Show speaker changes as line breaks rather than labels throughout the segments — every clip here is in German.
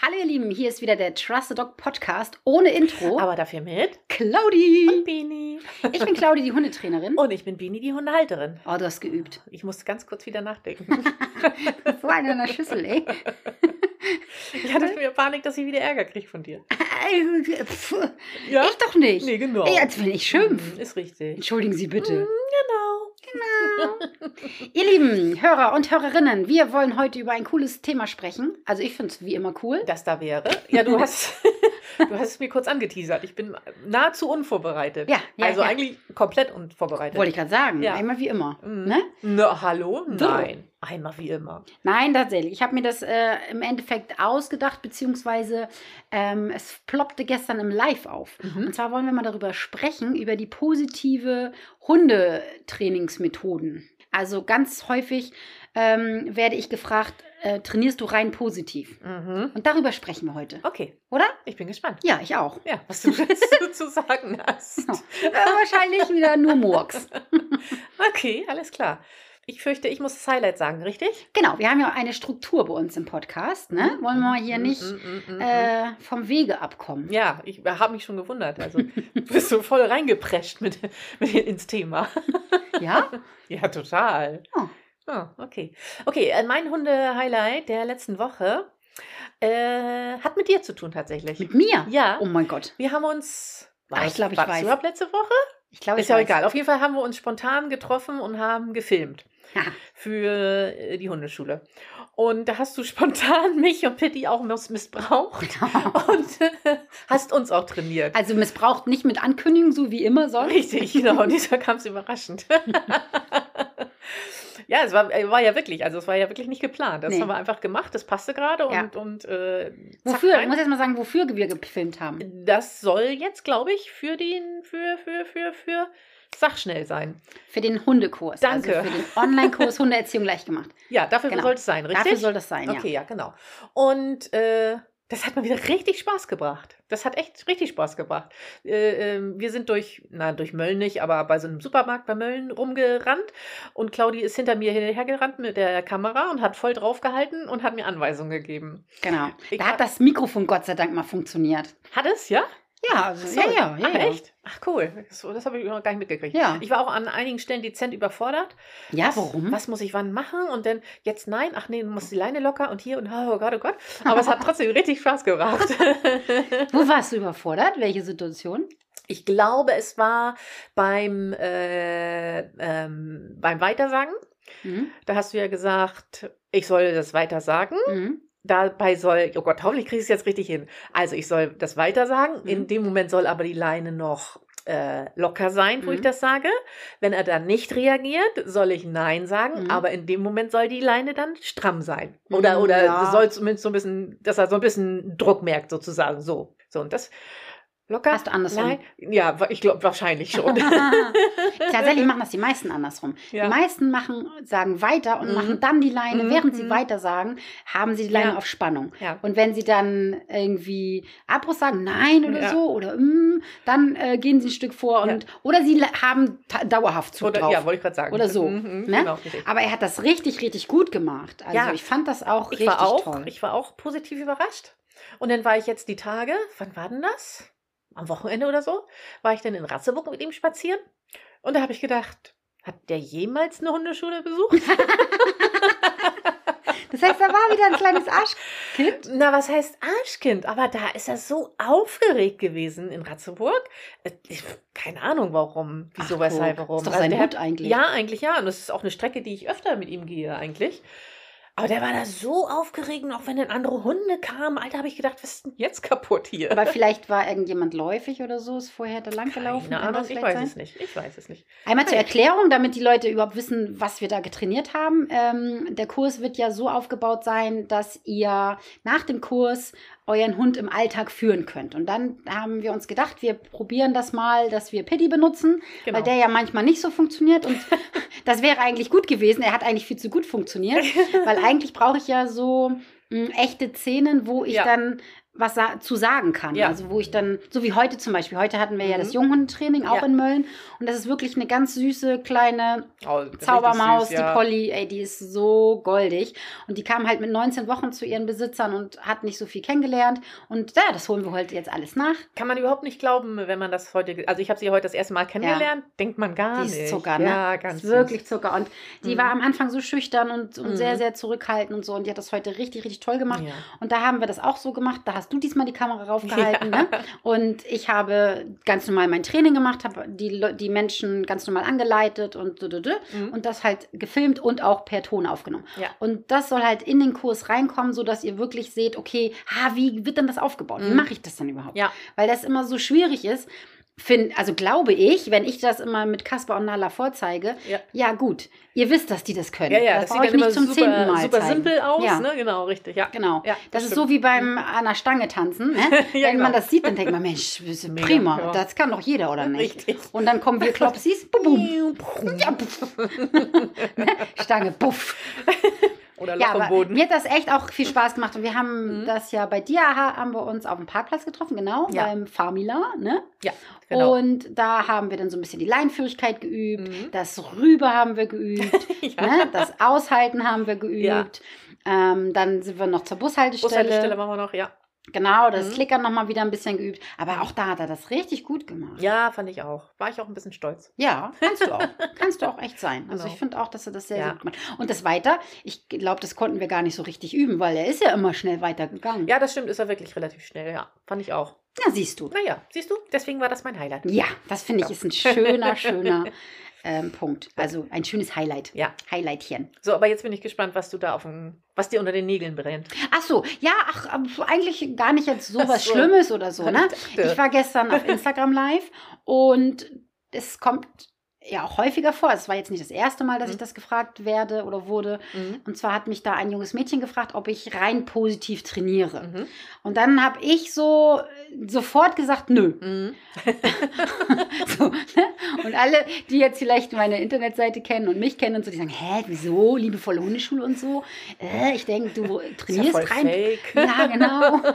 Hallo ihr Lieben, hier ist wieder der Trust the Dog Podcast ohne Intro.
Aber dafür mit
Claudi!
Bini.
Ich bin Claudi, die Hundetrainerin.
Und ich bin Bini, die Hundehalterin.
Oh, du hast geübt.
Ich musste ganz kurz wieder nachdenken.
So eine in der Schüssel, ey.
Ich hatte mir Panik, dass ich wieder Ärger kriege von dir.
Äh, pf,
Ja?
Ich doch nicht.
Nee, genau.
Ey, als wenn ich schimpf.
Hm, Ist richtig.
Entschuldigen Sie bitte.
Hm, Genau.
Ihr lieben Hörer und Hörerinnen, wir wollen heute über ein cooles Thema sprechen. Also ich finde es wie immer cool.
Das da wäre. Ja, du hast, du hast es mir kurz angeteasert. Ich bin nahezu unvorbereitet.
Ja, ja,
Also
ja.
eigentlich komplett unvorbereitet.
Wollte ich gerade sagen.
Ja.
Einmal wie immer.
Hm.
Ne?
Na, hallo?
So.
Nein. Einmal wie immer.
Nein, tatsächlich. Ich habe mir das äh, im Endeffekt ausgedacht, beziehungsweise ähm, es ploppte gestern im Live auf.
Mhm.
Und zwar wollen wir mal darüber sprechen, über die positive Hundetrainingsmethoden. Also ganz häufig ähm, werde ich gefragt, äh, trainierst du rein positiv?
Mhm.
Und darüber sprechen wir heute,
Okay,
oder?
ich bin gespannt.
Ja, ich auch.
Ja, was du dazu zu sagen hast.
Äh, wahrscheinlich wieder nur Murks.
Okay, alles klar. Ich fürchte, ich muss das Highlight sagen, richtig?
Genau, wir haben ja eine Struktur bei uns im Podcast, ne? Wollen wir hier
Mhm,
nicht
mhm, mhm,
äh, vom Wege abkommen.
mhm. ja, ich habe mich schon gewundert. Also, du bist so voll reingeprescht mit, mit ins Thema.
Ja?
Ja, total.
Ja.
Ah, okay. Okay, äh, mein Hunde-Highlight der letzten Woche äh, hat mit dir zu tun tatsächlich.
Mit mir?
Ja,
Oh mein Gott.
wir haben uns.
Ach, ich
das-
glaub, ich
war das
weiß.
überhaupt letzte Woche?
Ich glaube,
Ist ja auch egal. Auf jeden Fall haben wir uns spontan getroffen und haben gefilmt
Ja.
für äh, die Hundeschule. Und da hast du spontan mich und Pitti auch miss missbraucht
egal.
und äh, hast uns auch trainiert.
Genau. Also missbraucht nicht mit Ankündigung, so wie immer, sondern.
Richtig, genau. Und diesmal kam es überraschend. ja, es war, äh, war ja wirklich, also es war ja wirklich nicht geplant. Das
Nee.
haben wir einfach gemacht, das passte gerade und,
Ja.
und äh, zack,
Wofür? Ich
rein.
muss jetzt mal sagen, wofür wir gefilmt haben.
Das soll jetzt, glaube ich, für den, für, für, für, für Sachschnell sein.
Für den Hundekurs.
Danke.
Also für den Online-Kurs Hundeerziehung leicht gemacht.
Ja, dafür
Genau.
soll es sein, richtig?
Dafür soll das sein, ja.
Okay, ja, genau. Und äh, das hat mir wieder richtig Spaß gebracht. Das hat echt richtig Spaß gebracht. Äh, ähm, wir sind durch, na, durch Mölln nicht, aber bei so einem Supermarkt bei Mölln rumgerannt und Claudi ist hinter mir hinterhergerannt mit der Kamera und hat voll draufgehalten und hat mir Anweisungen gegeben.
Genau.
Ich
Da
hab-
hat das Mikrofon Gott sei Dank mal funktioniert.
Hat es, ja?
Ja, also,
So.
ja, ja, ja.
Ach,
ja.
echt? Ach, cool. So, das habe ich noch gar nicht mitgekriegt.
Ja.
Ich war auch an einigen Stellen dezent überfordert.
Ja,
Was-
warum?
Was muss ich wann machen? Und dann jetzt nein, ach nee, du musst die Leine locker und hier und oh Gott, oh Gott. Aber es hat trotzdem richtig Spaß gebracht.
Wo warst du überfordert? Welche Situation?
Ich glaube, es war beim, äh, ähm, beim Weitersagen.
Mhm.
Da hast du ja gesagt, ich soll das weitersagen.
Mhm.
Dabei soll, oh Gott, hoffentlich kriege ich es jetzt richtig hin. Also ich soll das weitersagen.
Mhm.
In dem Moment soll aber die Leine noch äh, locker sein, wo
Mhm.
ich das sage. Wenn er dann nicht reagiert, soll ich Nein sagen.
Mhm. Mm,
Aber in dem Moment soll die Leine dann stramm sein. Oder, oder
Ja.
soll zumindest so ein bisschen, dass er so ein bisschen Druck merkt, sozusagen. So. So, und das locker.
Hast du andersrum?
Nein, ja, wa- ich glaube wahrscheinlich schon.
Tatsächlich machen das die meisten andersrum.
Ja.
Die meisten machen, sagen weiter und
Mhm.
machen dann die Leine.
Mhm.
Während sie weiter sagen, haben sie die Leine
Ja.
auf Spannung.
Ja.
Und wenn sie dann irgendwie Abbruch sagen, nein oder
Ja.
so, oder mm, dann äh, gehen sie ein Stück vor.
Ja.
Und, Oder sie la- haben ta- dauerhaft Zug
Oder,
drauf.
ja, wollte ich gerade sagen.
Oder so,
Mhm,
ne?
genau, richtig.
Aber er hat das richtig, richtig gut gemacht. Also
Ja.
ich fand das auch
ich
richtig
war auch,
toll.
Ich war auch positiv überrascht. Und dann war ich jetzt die Tage, wann war denn das? Am Wochenende oder so, war ich dann in Ratzeburg mit ihm spazieren. Und da habe ich gedacht, hat der jemals eine Hundeschule besucht?
das heißt, da war wieder ein kleines Arschkind.
Na, was heißt Arschkind? Aber da ist er so aufgeregt gewesen in Ratzeburg. Äh, Ich, keine Ahnung warum, wieso,
Ach,
weshalb,
guck.
warum.
Ist doch
Also
sein
der
Hut eigentlich.
Ja, eigentlich ja. Und das ist auch eine Strecke, die ich öfter mit ihm gehe, eigentlich. Aber der war da so aufgeregt, und auch wenn dann andere Hunde kamen. Alter, habe ich gedacht, was ist denn jetzt kaputt hier?
Aber vielleicht war irgendjemand läufig oder so, ist vorher da lang gelaufen.
Keine
kann
Ahnung,
das
ich
vielleicht
weiß
sein?
es nicht. Ich weiß es nicht.
Einmal zur
Hey.
Erklärung, damit die Leute überhaupt wissen, was wir da getrainiert haben. Ähm, der Kurs wird ja so aufgebaut sein, dass ihr nach dem Kurs euren Hund im Alltag führen könnt. Und dann haben wir uns gedacht, wir probieren das mal, dass wir Pitti benutzen,
Genau.
weil der ja manchmal nicht so funktioniert. Und das wäre eigentlich gut gewesen. Er hat eigentlich viel zu gut funktioniert, weil eigentlich brauche ich ja so mh, echte hm, Szenen, wo ich
Ja.
dann was sa zu sagen kann.
Ja.
Also wo ich dann, so wie heute zum Beispiel, heute hatten wir ja
Mhm.
das Junghundetraining auch
Ja.
in Mölln und das ist wirklich eine ganz süße kleine
Oh, richtig
Zaubermaus,
süß, ja.
die Polly, ey, die ist so goldig. Und die kam halt mit 19 Wochen zu ihren Besitzern und hat nicht so viel kennengelernt. Und ja, das holen wir heute jetzt alles nach.
Kann man überhaupt nicht glauben, wenn man das heute. ge- Also, ich habe sie heute das erste Mal kennengelernt. Denkt man gar
Die ist
nicht.
Zucker, ne?
Ja,
Das
ganz
ist wirklich
süß.
Zucker. Und die
Mhm.
war am Anfang so schüchtern und, und
Mhm.
sehr, sehr zurückhaltend und so. Und die hat das heute richtig, richtig toll gemacht.
Ja.
Und da haben wir das auch so gemacht. Da hast du diesmal die Kamera raufgehalten. Ne? Und ich habe ganz normal mein Training gemacht, habe die, Le- die Menschen ganz normal angeleitet und dü- dü- dü.
Mhm.
und das halt gefilmt und auch per Ton aufgenommen.
Ja.
Und das soll halt in den Kurs reinkommen, sodass ihr wirklich seht, okay, ha, wie wird denn das aufgebaut? Wie
Mhm.
mache ich das denn überhaupt?
Ja.
Weil das immer so schwierig ist. Find, also glaube ich, wenn ich das immer mit Kasper und Nala vorzeige,
Ja.
gut, ihr wisst, dass die das können.
ja, ja,
das
das,
brauche
sieht
ich
dann immer
nicht zum zehnten
super,
Mal
super
zeigen.
simpel aus.
Ja.
Ne? Genau, richtig. Ja.
Genau.
Ja,
Das, ist
stimmt. Mhm.
so wie beim an der Stange tanzen. Ne?
Ja,
Wenn man
genau.
das sieht, dann denkt man, Mensch, das ist
Mega,
prima,
ja.
das kann doch jeder, oder nicht?
Richtig.
Und dann kommen wir Klopsis, bum, bum, Oh, ja, puff. Ne? Stange, puff.
Oder Loch
Ja,
im
aber
Boden.
mir hat das echt auch viel Spaß gemacht. Und wir haben
Mhm.
das ja bei dir, ha- haben wir uns auf dem Parkplatz getroffen, genau,
Ja.
beim Famila. Ne?
Genau.
Und da haben wir dann so ein bisschen die Leinführigkeit geübt,
Mhm.
das Rüber haben wir geübt,
ja.
ne? das Aushalten haben wir geübt. Ähm, dann sind wir noch zur Bushaltestelle.
Bushaltestelle machen wir noch, ja.
Genau, das
Mhm.
Klickern nochmal wieder ein bisschen geübt. Aber auch da hat er das richtig gut gemacht.
Ja, fand ich auch. War ich auch ein bisschen stolz.
Ja, kannst du auch. kannst du auch echt sein. Also
Genau.
ich finde auch, dass er das sehr
Ja.
gut macht. Und das Weiter, ich glaube, das konnten wir gar nicht so richtig üben, weil er ist ja immer schnell weitergegangen.
Ja, das stimmt, ist er wirklich relativ schnell, ja. Fand ich auch.
Na, siehst du.
Naja, siehst du, deswegen war das mein Highlight.
Ja, das finde ich ist ein schöner, schöner ähm, Punkt. Also ein schönes Highlight.
Ja.
Highlightchen.
So, aber jetzt bin ich gespannt, was du da auf dem, was dir unter den Nägeln brennt.
Ach so, ja, ach, aber eigentlich gar nicht jetzt sowas
Ach so.
Schlimmes oder so, ne?
dachte,
Ich war gestern auf Instagram live und es kommt ja auch häufiger vor. Es war jetzt nicht das erste Mal, dass
Mhm.
ich das gefragt werde oder wurde.
mhm.
Und zwar hat mich da ein junges Mädchen gefragt, ob ich rein positiv trainiere.
Mhm.
Und dann habe ich so äh, sofort gesagt, nö.
Mhm.
So, ne? Und alle, die jetzt vielleicht meine Internetseite kennen und mich kennen und so, die sagen, hä, wieso, liebevolle Hundeschule und so. Äh, ich denke, du
Ist ja
trainierst
voll
rein.
fake.
Ja, genau.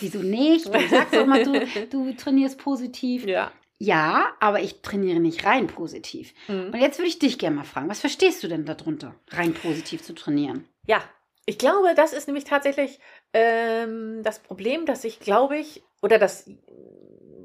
wieso nicht? Du sagst doch mal, du, du trainierst positiv.
Ja.
Ja, aber ich trainiere nicht rein positiv.
Mhm.
Und jetzt würde ich dich gerne mal fragen, was verstehst du denn darunter, rein positiv zu trainieren?
Ja, ich glaube, das ist nämlich tatsächlich ähm, das Problem, dass ich, glaube ich, oder dass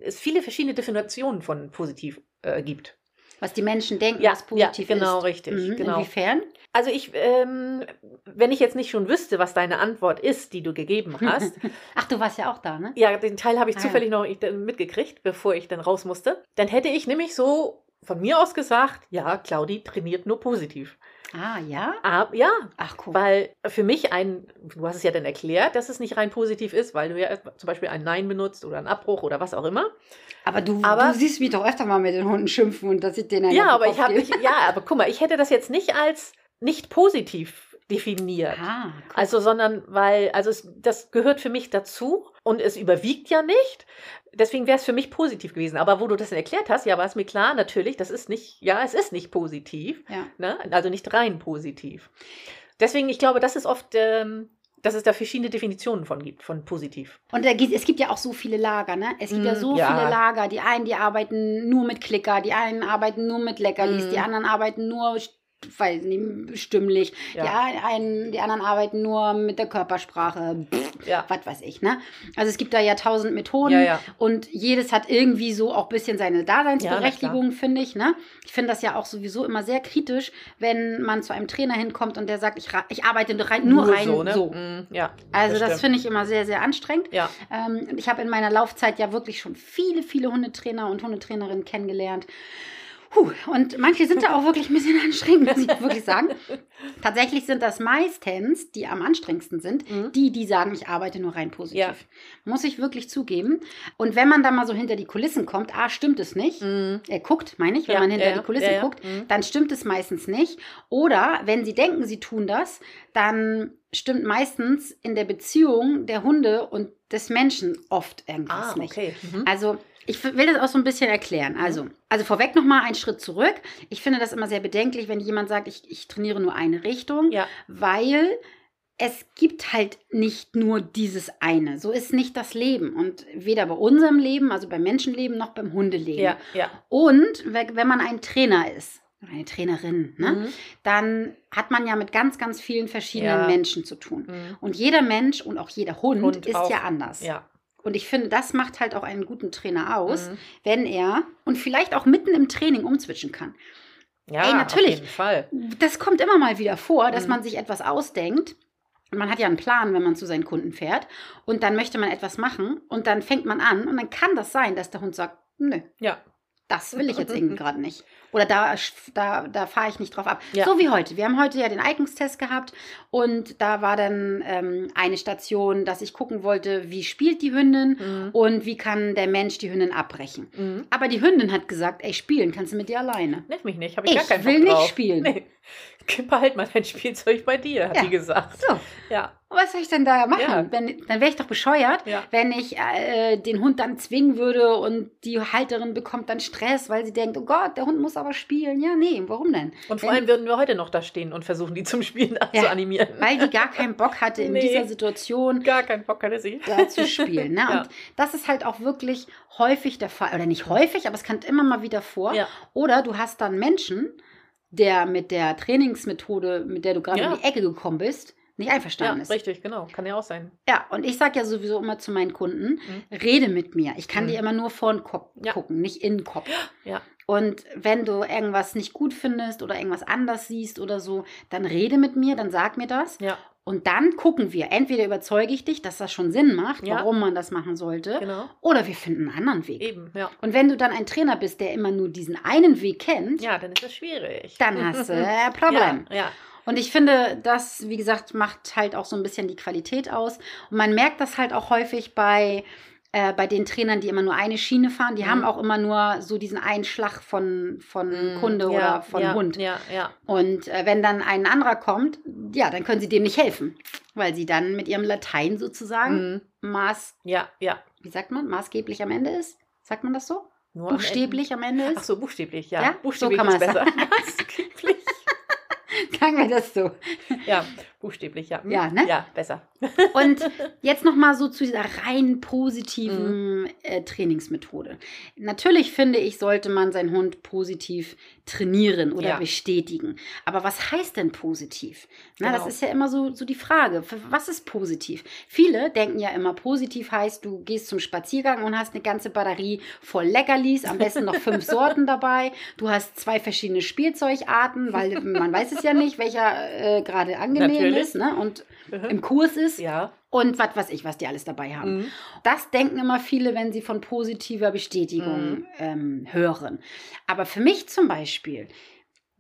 es viele verschiedene Definitionen von positiv äh, gibt.
Was die Menschen denken, was positiv
ja, genau,
ist.
richtig.
Mhm,
Genau.
Inwiefern?
Also ich, ähm, wenn ich jetzt nicht schon wüsste, was deine Antwort ist, die du gegeben hast,
Ach, du warst ja auch da, ne?
ja, den Teil habe ich
Ah, ja.
zufällig noch ich- äh, mitgekriegt, bevor ich dann raus musste, dann hätte ich nämlich so von mir aus gesagt, ja, Claudi trainiert nur positiv.
Ah, ja?
Aber, ja,
Ach, cool.
weil für mich ein, du hast es ja dann erklärt, dass es nicht rein positiv ist, weil du ja zum Beispiel ein Nein benutzt oder einen Abbruch oder was auch immer.
aber du, du
aber-
siehst mich doch öfter mal mit den Hunden schimpfen und dass ich denen einen
Ja,
auf
aber
den
ich
Kopf
habe,
gebe.
ja, aber guck mal, ich hätte das jetzt nicht als nicht positiv definiert.
Ah, cool.
Also, sondern weil, also es, das gehört für mich dazu und es überwiegt ja nicht. Deswegen wäre es für mich positiv gewesen. Aber wo du das erklärt hast, ja, war es mir klar, natürlich, das ist nicht, ja, es ist nicht positiv,
Ja.
ne? also nicht rein positiv. Deswegen, ich glaube, das ist oft, ähm, dass es da verschiedene Definitionen von gibt, von positiv.
Und da gibt, es gibt ja auch so viele Lager, ne? Es gibt ja
Mm,
so
ja.
viele Lager. Die einen, die arbeiten nur mit Klicker, die einen arbeiten nur mit Leckerlis,
Mm.
die anderen arbeiten nur, st- weiß nicht, stimmlich. Die,
Ja,
einen, die anderen arbeiten nur mit der Körpersprache, Pff,
ja,
was weiß ich, ne? Also es gibt da ja tausend Methoden.
ja, ja.
Und jedes hat irgendwie so auch ein bisschen seine
Ja,
Daseinsberechtigung, finde ich. Ne? Ich finde das ja auch sowieso immer sehr kritisch, wenn man zu einem Trainer hinkommt und der sagt, ich, ra- ich arbeite nur rein. Nur rein so,
ne? Mm, ja,
Also
das
das,
stimmt.
finde ich immer sehr, sehr anstrengend.
ja.
Ähm, und ich habe in meiner Laufzeit ja wirklich schon viele, viele Hundetrainer und Hundetrainerinnen kennengelernt. Puh, und manche sind da auch wirklich ein bisschen anstrengend, muss ich wirklich sagen. Tatsächlich sind das meistens, die am anstrengendsten sind,
Mhm.
die, die sagen, ich arbeite nur rein positiv.
Ja.
Muss ich wirklich zugeben. Und wenn man da mal so hinter die Kulissen kommt, ah, stimmt es nicht.
Mm.
Er guckt, meine ich, wenn
Ja,
man hinter
ja,
die Kulissen
ja, ja.
guckt,
Mhm.
dann stimmt es meistens nicht. Oder wenn sie denken, sie tun das, dann stimmt meistens in der Beziehung der Hunde und des Menschen oft irgendwas
Ah,
nicht.
okay. Mhm.
Also ich f- will das auch so ein bisschen erklären. Also, also vorweg nochmal einen Schritt zurück. Also Ich finde das immer sehr bedenklich, wenn jemand sagt, ich, ich trainiere nur eine Richtung,
Ja,
weil es gibt halt nicht nur dieses eine. So ist nicht das Leben. Und weder bei unserem Leben, also beim Menschenleben, noch beim Hundeleben.
Ja, ja.
Und we- wenn man ein Trainer ist, eine Trainerin, ne,
Mhm.
dann hat man ja mit ganz, ganz vielen verschiedenen
Ja.
Menschen zu tun.
Mhm.
Und jeder Mensch und auch jeder Hund,
Hund
ist
auch.
ja anders.
Ja.
Und ich finde, das macht halt auch einen guten Trainer aus,
Mhm.
wenn er und vielleicht auch mitten im Training umzwitschen kann.
Ja,
Ey, natürlich.
auf jeden Fall.
Das kommt immer mal wieder vor, dass
Mhm.
man sich etwas ausdenkt. Man hat ja einen Plan, wenn man zu seinen Kunden fährt. Und dann möchte man etwas machen und dann fängt man an und dann kann das sein, dass der Hund sagt, nö.
Ja.
Das will ich jetzt irgendwie gerade nicht. Oder da, da, da fahre ich nicht drauf ab.
Ja.
So wie heute. Wir haben heute ja den Eignungstest gehabt und da war dann ähm, eine Station, dass ich gucken wollte, wie spielt die Hündin
Mhm.
und wie kann der Mensch die Hündin abbrechen.
Mhm.
Aber die Hündin hat gesagt, ey, spielen kannst du mit dir alleine.
Nenn mich nicht, habe ich, gar
Ich
keinen
will
Bock
nicht
drauf.
spielen.
Nee. Behalt mal dein Spielzeug bei dir, hat
Ja.
die gesagt.
So,
Ja,
was soll ich denn da machen?
Ja.
Wenn, dann wäre ich doch bescheuert,
ja.
wenn ich äh, den Hund dann zwingen würde und die Halterin bekommt dann Stress, weil sie denkt, oh Gott, der Hund muss aber spielen. Ja, nee, warum denn?
Und vor
Wenn-
allem würden wir heute noch da stehen und versuchen, die zum Spielen zu animieren.
Weil die gar keinen Bock hatte, in
Nee.
dieser Situation
gar keinen Bock hatte sie.
da zu spielen. Ne?
Ja.
Und das ist halt auch wirklich häufig der Fall. Oder nicht häufig, aber es kommt immer mal wieder vor.
Ja.
Oder du hast dann Menschen, der mit der Trainingsmethode, mit der du gerade
Ja.
um die Ecke gekommen bist, nicht
Ja,
einverstanden ist.
richtig, genau. Kann ja auch sein.
Ja, und ich sage ja sowieso immer zu meinen Kunden,
Mhm.
rede mit mir. Ich kann
Mhm.
dir immer nur vor den Kopf
Ja.
gucken, nicht in den Kopf.
Ja.
Und wenn du irgendwas nicht gut findest oder irgendwas anders siehst oder so, dann rede mit mir, dann sag mir das.
Ja,
Und dann gucken wir. Entweder überzeuge ich dich, dass das schon Sinn macht,
Ja.
warum man das machen sollte,
genau.
oder wir finden einen anderen Weg.
Eben, ja.
Und wenn du dann ein Trainer bist, der immer nur diesen einen Weg kennt,
Ja, dann ist das schwierig.
dann hast du ein Problem.
ja, ja.
Und ich finde, das, wie gesagt, macht halt auch so ein bisschen die Qualität aus. Und man merkt das halt auch häufig bei, äh, bei den Trainern, die immer nur eine Schiene fahren. Die
Mhm.
haben auch immer nur so diesen einen Schlag von, von Kunde
Mhm. Mm, ja,
oder von
ja,
Hund.
Ja, ja.
Und äh, wenn dann ein anderer kommt, ja, dann können sie dem nicht helfen, weil sie dann mit ihrem Latein sozusagen
Mhm.
maß,
Ja, ja.
wie sagt man, maßgeblich am Ende ist. Sagt man das so?
Nur am
Buchstäblich am Ende
Ende- Ach
ist?
so, buchstäblich, ja.
Ja, so
buchstäblich
kann man
ist
es
besser. Buchstäblich.
Sagen wir das so.
ja, buchstäblich, ja. Hm.
Ja, ne?
Ja, besser.
Und jetzt nochmal so zu dieser rein positiven
Mhm.
äh, Trainingsmethode. Natürlich finde ich, sollte man seinen Hund positiv trainieren oder
Ja.
bestätigen. Aber was heißt denn positiv? Na,
Genau.
Das ist ja immer so, so die Frage. Für Was ist positiv? Viele denken ja immer, positiv heißt, du gehst zum Spaziergang und hast eine ganze Batterie voll Leckerlis, am besten noch fünf Sorten dabei. Du hast zwei verschiedene Spielzeugarten, weil man weiß es ja nicht, welcher äh, gerade angenehm
Natürlich.
ist ne? und im Kurs ist
Mhm. Ja.
und was weiß ich, was die alles dabei haben.
Mhm.
Das denken immer viele, wenn sie von positiver Bestätigung
Mhm.
ähm, hören. Aber für mich zum Beispiel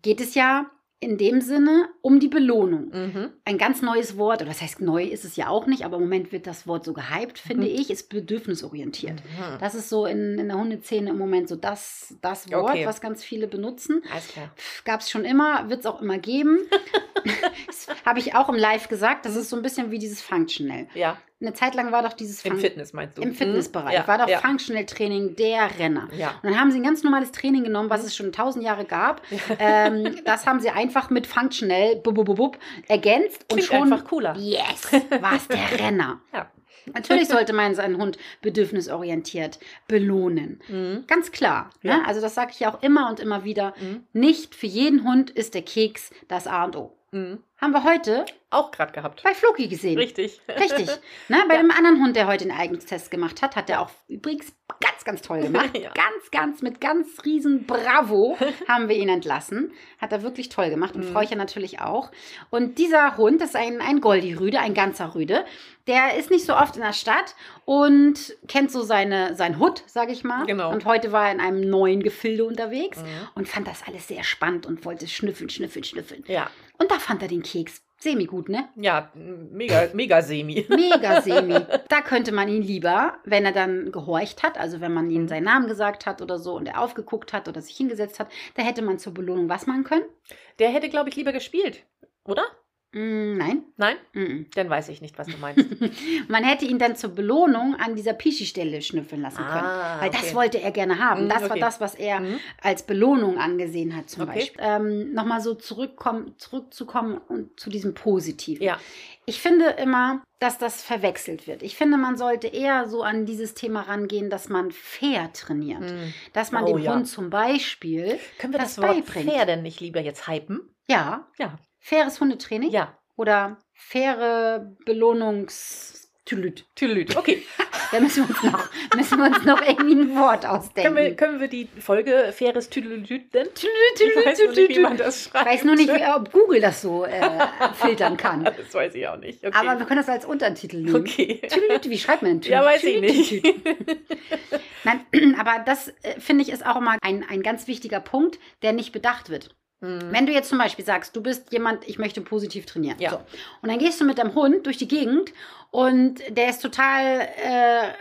geht es ja in dem Sinne um die Belohnung.
Mhm.
Ein ganz neues Wort, oder das heißt, neu ist es ja auch nicht, aber im Moment wird das Wort so gehypt, finde
Mhm.
ich, ist bedürfnisorientiert. Das ist so in, in der Hundeszene im Moment so das, das Wort,
Okay.
was ganz viele benutzen.
Alles klar.
Gab es schon immer, wird es auch immer geben. Das Habe ich auch im Live gesagt,
Mhm.
das ist so ein bisschen wie dieses Functional.
Ja,
Eine Zeit lang war doch dieses
im
Fun-
Fitness meinst du?
im
Mhm.
Fitnessbereich.
Ja,
War doch
ja.
Functional Training der Renner.
Ja.
Und dann haben sie ein ganz normales Training genommen,
Mhm.
was es schon tausend Jahre gab. ähm, das haben sie einfach mit Functional bub, bub, bub, bub, ergänzt und
Klingt
schon.
einfach cooler.
Yes, war es der Renner.
Ja.
Natürlich sollte man seinen Hund bedürfnisorientiert belohnen.
Mhm.
Ganz klar.
Ja.
Ne? Also das sage ich ja auch immer und immer wieder.
Mhm.
Nicht für jeden Hund ist der Keks das A und O.
Mhm.
Haben wir heute
Auch gerade gehabt.
bei Floki gesehen.
Richtig.
Richtig. Ne, bei
Ja.
dem anderen Hund, der heute den Eignungstest gemacht hat, hat er auch übrigens ganz, ganz toll gemacht.
Ja.
Ganz, ganz, mit ganz riesen Bravo haben wir ihn entlassen. Hat er wirklich toll gemacht und
Mhm.
Frauchen natürlich auch. Und dieser Hund das ist ein, ein Goldi-Rüde, ein ganzer Rüde. Der ist nicht so oft in der Stadt und kennt so seine, sein Hut, sag ich mal.
Genau.
Und heute war er in einem neuen Gefilde unterwegs
Mhm.
und fand das alles sehr spannend und wollte schnüffeln, schnüffeln, schnüffeln.
Ja.
Und da fand er den Keks semi gut, ne?
Ja, mega, mega semi.
Mega semi. Da könnte man ihn lieber, wenn er dann gehorcht hat, also wenn
Mhm.
man ihm seinen Namen gesagt hat oder so und er aufgeguckt hat oder sich hingesetzt hat, da hätte man zur Belohnung was machen können.
Der hätte, glaube ich, lieber gespielt, oder?
Mm, Nein.
Nein?
Mm, mm.
Dann weiß ich nicht, was du meinst.
Man hätte ihn dann zur Belohnung an dieser Pishi-Stelle schnüffeln lassen können.
ah,
Weil das wollte er gerne haben.
Mm,
Das war
okay.
das, was er
Mhm.
als Belohnung angesehen hat, zum
Okay.
Beispiel. Ähm, Nochmal so zurückkommen, zurückzukommen und zu diesem Positiven.
Ja.
Ich finde immer, dass das verwechselt wird. Ich finde, man sollte eher so an dieses Thema rangehen, dass man fair trainiert.
Mhm.
Dass man
Oh,
dem
ja.
Hund zum Beispiel,
Können wir
das
das, Wort
beibringt.
fair denn nicht lieber jetzt hypen?
ja,
Ja.
faires Hundetraining
Ja.
oder faire Belohnungs... Tülüt.
Tülüt. Okay.
Da müssen wir uns noch, müssen wir uns noch irgendwie ein Wort ausdenken.
Können wir, können wir die Folge faires Tüdelüt denn?
Tülüt,
Ich
tülüt,
weiß nur
tülüt,
nicht, wie man
tülüt.
das schreibt.
Weiß nur nicht, wie- ob Google das so äh, filtern kann.
Das weiß ich auch nicht. Okay.
Aber wir können das als Untertitel nehmen.
okay.
Tülüt, wie schreibt man denn
Ja, weiß ich
Tülüt, tülüt,
nicht.
Nein, aber das äh, finde ich ist auch immer ein, ein ganz wichtiger Punkt, der nicht bedacht wird.
Mhm.
Wenn du jetzt zum Beispiel sagst, du bist jemand, ich möchte positiv trainieren.
Ja.
So. Und dann gehst du mit deinem Hund durch die Gegend und der ist total äh,